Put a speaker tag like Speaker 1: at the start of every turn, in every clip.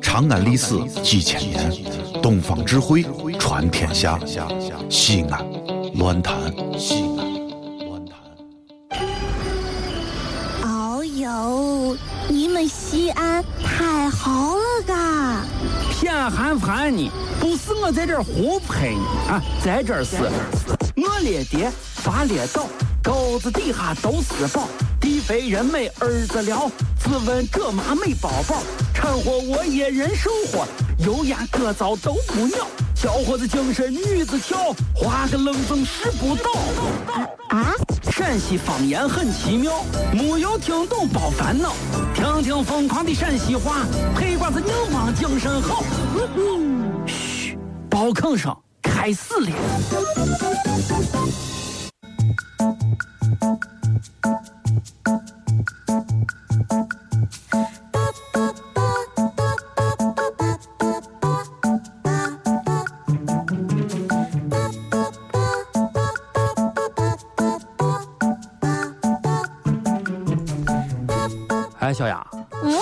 Speaker 1: 长安历史几千年，东方智慧传天下。西安，乱谈西安。乱谈。
Speaker 2: 哦呦，你们西安太好了嘎！
Speaker 3: 偏寒寒你，不是我在这儿胡喷你啊，在这儿是，我列爹爸列倒，沟子底下都是宝，地肥人美儿子了，自问这妈没宝宝，掺和我也人生活，油盐各糟都不尿，小伙子精神女子俏，花个愣风使不倒。
Speaker 2: 啊，
Speaker 3: 陕西方言很奇妙，没有听懂别烦恼，听听疯狂的陕西话，黑瓜子硬邦精神好。嘘，包吭声开始了。哎，小雅，
Speaker 2: 嗯，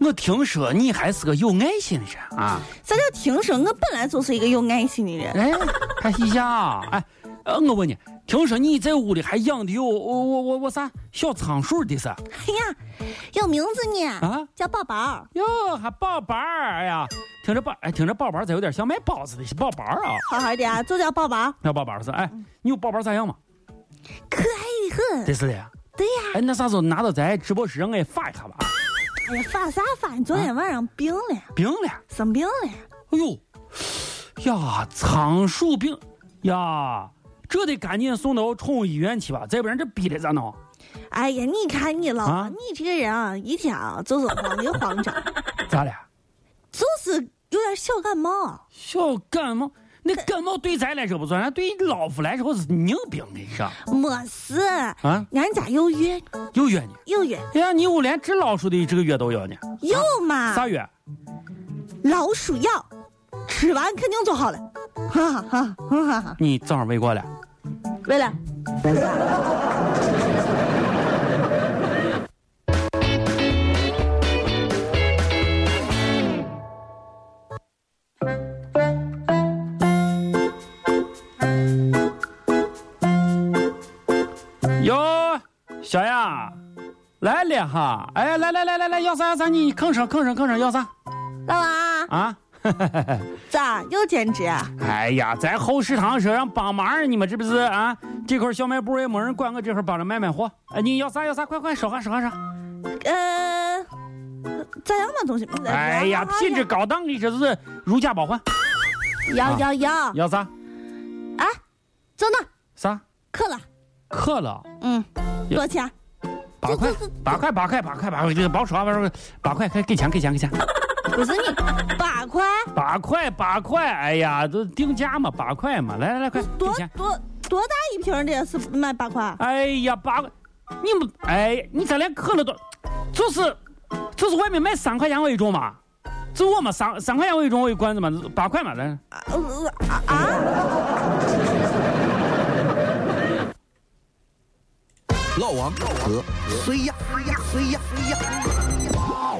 Speaker 3: 我听说你还是个有爱心的人啊！
Speaker 2: 咱这听说我啊本来就是一个有爱心的人，
Speaker 3: 哎，看一下，哎，呃，我问你，听说你在屋里还养的有我我我我啥小仓鼠的是？
Speaker 2: 哎呀，有名字呢，
Speaker 3: 啊
Speaker 2: 叫宝宝。
Speaker 3: 哟，还宝宝儿呀！听着宝，哎，听着宝宝儿，咋有点像卖包子的宝宝儿啊？
Speaker 2: 好好的啊，就叫宝宝，
Speaker 3: 那宝宝儿是，哎，你有宝宝儿咋样嘛？
Speaker 2: 可爱的很。
Speaker 3: 这是的呀。
Speaker 2: 对呀、
Speaker 3: 哎，那啥时候拿到咱直播室让我也发一下吧？啊
Speaker 2: 哎呀，发啥发？你昨天晚上病了，
Speaker 3: 病了，哎
Speaker 2: 生病了。
Speaker 3: 呦，呀，仓鼠病，呀，这得赶紧送到宠物医院去吧，再不然这逼的咋弄？
Speaker 2: 哎呀，你看你老，
Speaker 3: 啊
Speaker 2: 你这个人啊，一天啊就是慌里慌张，
Speaker 3: 咋了？
Speaker 2: 就是有点小感冒。
Speaker 3: 小感冒，那感冒对咱来说不算，咱对老夫来说是硬病，我跟你说
Speaker 2: 没事，
Speaker 3: 啊，
Speaker 2: 俺家有药，
Speaker 3: 有药呢。
Speaker 2: 有药，
Speaker 3: 哎呀，你屋连治老鼠的这个药都有呢，
Speaker 2: 有嘛？
Speaker 3: 啥药？
Speaker 2: 老鼠药，吃完肯定就好了。哈哈哈哈哈！
Speaker 3: 你早上喂过了？
Speaker 2: 为了，
Speaker 3: 哟，小雅，来了哈！哎，来来来来来，要啥要啥，你吭声吭声吭声，要啥
Speaker 2: 老王
Speaker 3: 啊？
Speaker 2: 咋又兼职啊？
Speaker 3: 哎呀，咱后食堂说让帮忙，你们这不是啊？这块小卖部也没人管，我这会儿帮着卖卖货。哎，你要啥要啥，快快收下收下收下。
Speaker 2: 呃，咋样嘛东西？
Speaker 3: 哎呀，品质高档的这是如价包换。
Speaker 2: 要要要！
Speaker 3: 要啥
Speaker 2: 哎，就那
Speaker 3: 啥？
Speaker 2: 渴了，
Speaker 3: 渴了，
Speaker 2: 嗯，
Speaker 3: 有
Speaker 2: 多少钱？
Speaker 3: 八块
Speaker 2: 这这这，
Speaker 3: 八块，八块，八块，八块，这别说了，啊八块，快给钱，给钱，给钱，
Speaker 2: 不是你，八块，
Speaker 3: 八块，八块，哎呀，这定价嘛，八块嘛，来来来，快给
Speaker 2: 多
Speaker 3: 钱。
Speaker 2: 多多大一瓶的是卖八块？啊
Speaker 3: 哎呀，八块，你们哎，你咱俩渴了都，就是就是外面卖三块钱我一种嘛，就我们三三块钱我一种我一罐子嘛，八块嘛来，
Speaker 2: 啊呃啊啊！
Speaker 4: 老王和谁呀？谁呀？谁呀？谁呀？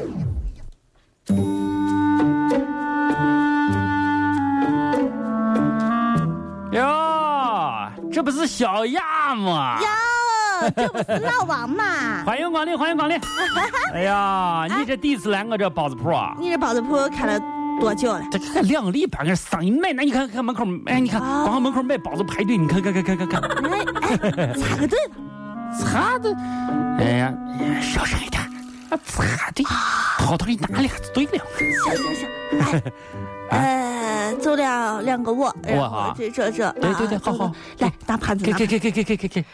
Speaker 3: 哟，这不是小亚吗？
Speaker 2: 哟，这不是老王嘛？
Speaker 3: 欢迎光临，欢迎光临。哎呀，你这第一次来我这包子铺啊？
Speaker 2: 你这包子铺开了多久了？
Speaker 3: 这看两个礼拜，俺生意卖，那你看看门口，哎，你看
Speaker 2: 啊
Speaker 3: 光门口卖包子排队，你看看看看看看，
Speaker 2: 哎 哎，插个队吧。
Speaker 3: 擦的，哎呀，小声一点，啊，擦的，偷偷的拿俩就对了。
Speaker 2: 行行行， 哎，呃，就两两个我，然
Speaker 3: 我
Speaker 2: 后
Speaker 3: 啊
Speaker 2: 这这这，
Speaker 3: 对对对
Speaker 2: 啊
Speaker 3: 好好，
Speaker 2: 来拿盘子，
Speaker 3: 给
Speaker 2: 拿
Speaker 3: 给给给给给给给，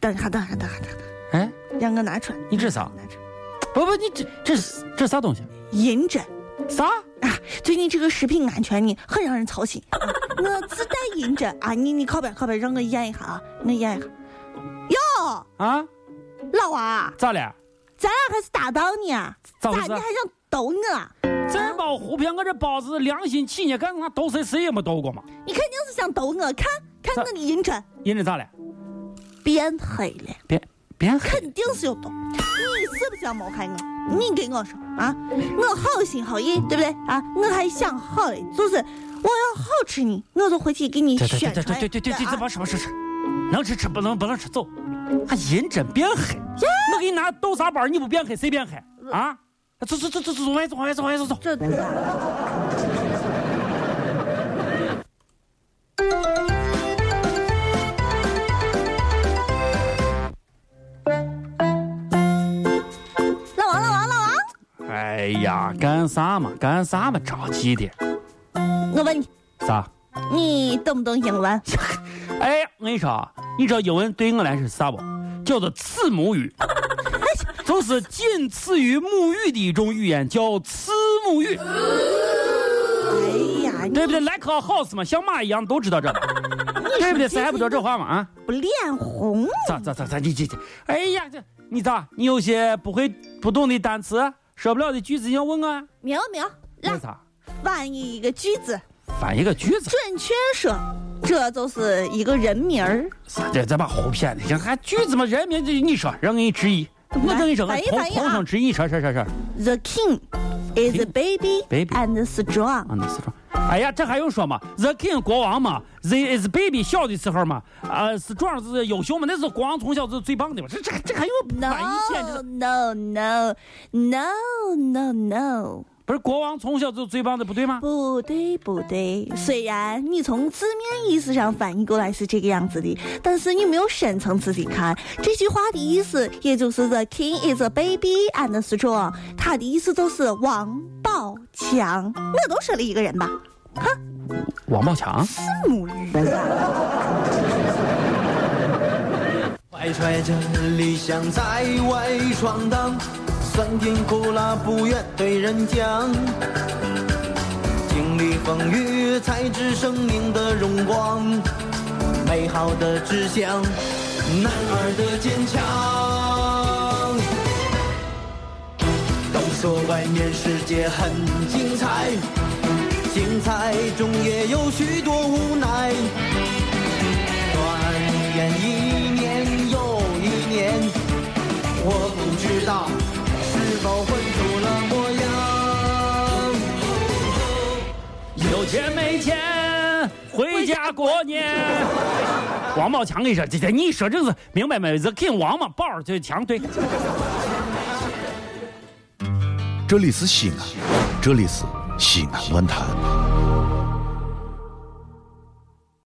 Speaker 2: 等一下等一下等一下等一下，
Speaker 3: 哎，
Speaker 2: 两个拿出来，
Speaker 3: 你这啥？
Speaker 2: 拿出来
Speaker 3: 不不，你这这是这啥东西？
Speaker 2: 银针
Speaker 3: 啥？
Speaker 2: 啊，最近这个食品安全呢，很让人操心 啊。我自带银针啊，你你靠边靠边，让我验一下啊，我验一下。哟，
Speaker 3: 啊？
Speaker 2: 老王啊，
Speaker 3: 咋了？
Speaker 2: 咱俩还是搭档呢，咋
Speaker 3: 咋回
Speaker 2: 你还
Speaker 3: 事啊
Speaker 2: 想啊逗我？
Speaker 3: 这包胡骗我这包子良心企业干啥斗谁谁也没斗过嘛？
Speaker 2: 你肯定是想逗我，看看
Speaker 3: 咋
Speaker 2: 我的银针
Speaker 3: 人家咋了？
Speaker 2: 变黑了。
Speaker 3: 别别黑
Speaker 2: 肯定是有毒。你是不是要谋害我？你给我说啊！我好心心好意，对不对啊？我还想好了，就是我要好吃你，我就回去给你
Speaker 3: 对对
Speaker 2: 宣
Speaker 3: 对对
Speaker 2: 传。
Speaker 3: 对对对对，这
Speaker 2: 啊
Speaker 3: 帮什么吃吃，能吃吃，不能不能吃走。还人真变黑，我给你拿豆沙包，你不变黑谁变黑啊？走走走走走，往外走往外走往外走走。
Speaker 2: 这老王，老王，老王，
Speaker 3: 哎呀，干啥嘛干啥嘛，着急的
Speaker 2: 我问你，
Speaker 3: 啥？
Speaker 2: 你懂不懂英文？
Speaker 3: 哎，我跟你说啊，你知道英文对我来说是啥不？叫做次母语，就是仅次于母语的一种语言，叫次母语，
Speaker 2: 哎呀，你
Speaker 3: 对不对？Like a house 嘛，像马一样都知道这个，对不对？谁还不知道这话嘛？啊，
Speaker 2: 不脸红？
Speaker 3: 咋咋咋咋？你这这，哎呀，这你咋？你有些不会不懂的单词，说不了的句子，你要问我啊？
Speaker 2: 苗苗，
Speaker 3: 为
Speaker 2: 来
Speaker 3: 啥？
Speaker 2: 翻译一个句子，
Speaker 3: 翻一个句子，
Speaker 2: 准确说，这就是一个人名儿。
Speaker 3: 啥这这把胡骗的，这还句子嘛？人名这你说，让我给你质疑，我
Speaker 2: 来
Speaker 3: 跟你说，
Speaker 2: 翻译
Speaker 3: 同
Speaker 2: 翻译啊
Speaker 3: 同声质疑，啥啥啥啥。
Speaker 2: The king is a baby
Speaker 3: Baby
Speaker 2: and strong。
Speaker 3: 啊，那四川。哎呀，这还用说吗？The king 国王嘛，the is baby 小的时候嘛，啊、是壮是优秀嘛，那是国王从小是最棒的嘛，这这这还用反一天这
Speaker 2: No no no no no no，
Speaker 3: 不是国王从小就是最棒的，不对吗？
Speaker 2: 不对不对。虽然你从字面意思上翻译过来是这个样子的，但是你没有深层次的看这句话的意思，也就是 The king is a baby and strong，它的意思就是王宝强。我都说了一个人吧，
Speaker 3: 王宝强，
Speaker 2: 字母语。
Speaker 4: 怀揣着理想在外闯荡，酸甜苦辣不愿对人讲。经历风雨，才知生命的荣光，美好的志向，男儿的坚强。都说外面世界很精彩，精彩中也有许多无奈。转眼一年又一年，我不知道是否混出了模样。
Speaker 3: 有钱没钱回家过年。 王宝强跟你说，这这你说这是明白没？The king 王嘛，宝就强对。
Speaker 1: 这里是西安，这里是西安论坛。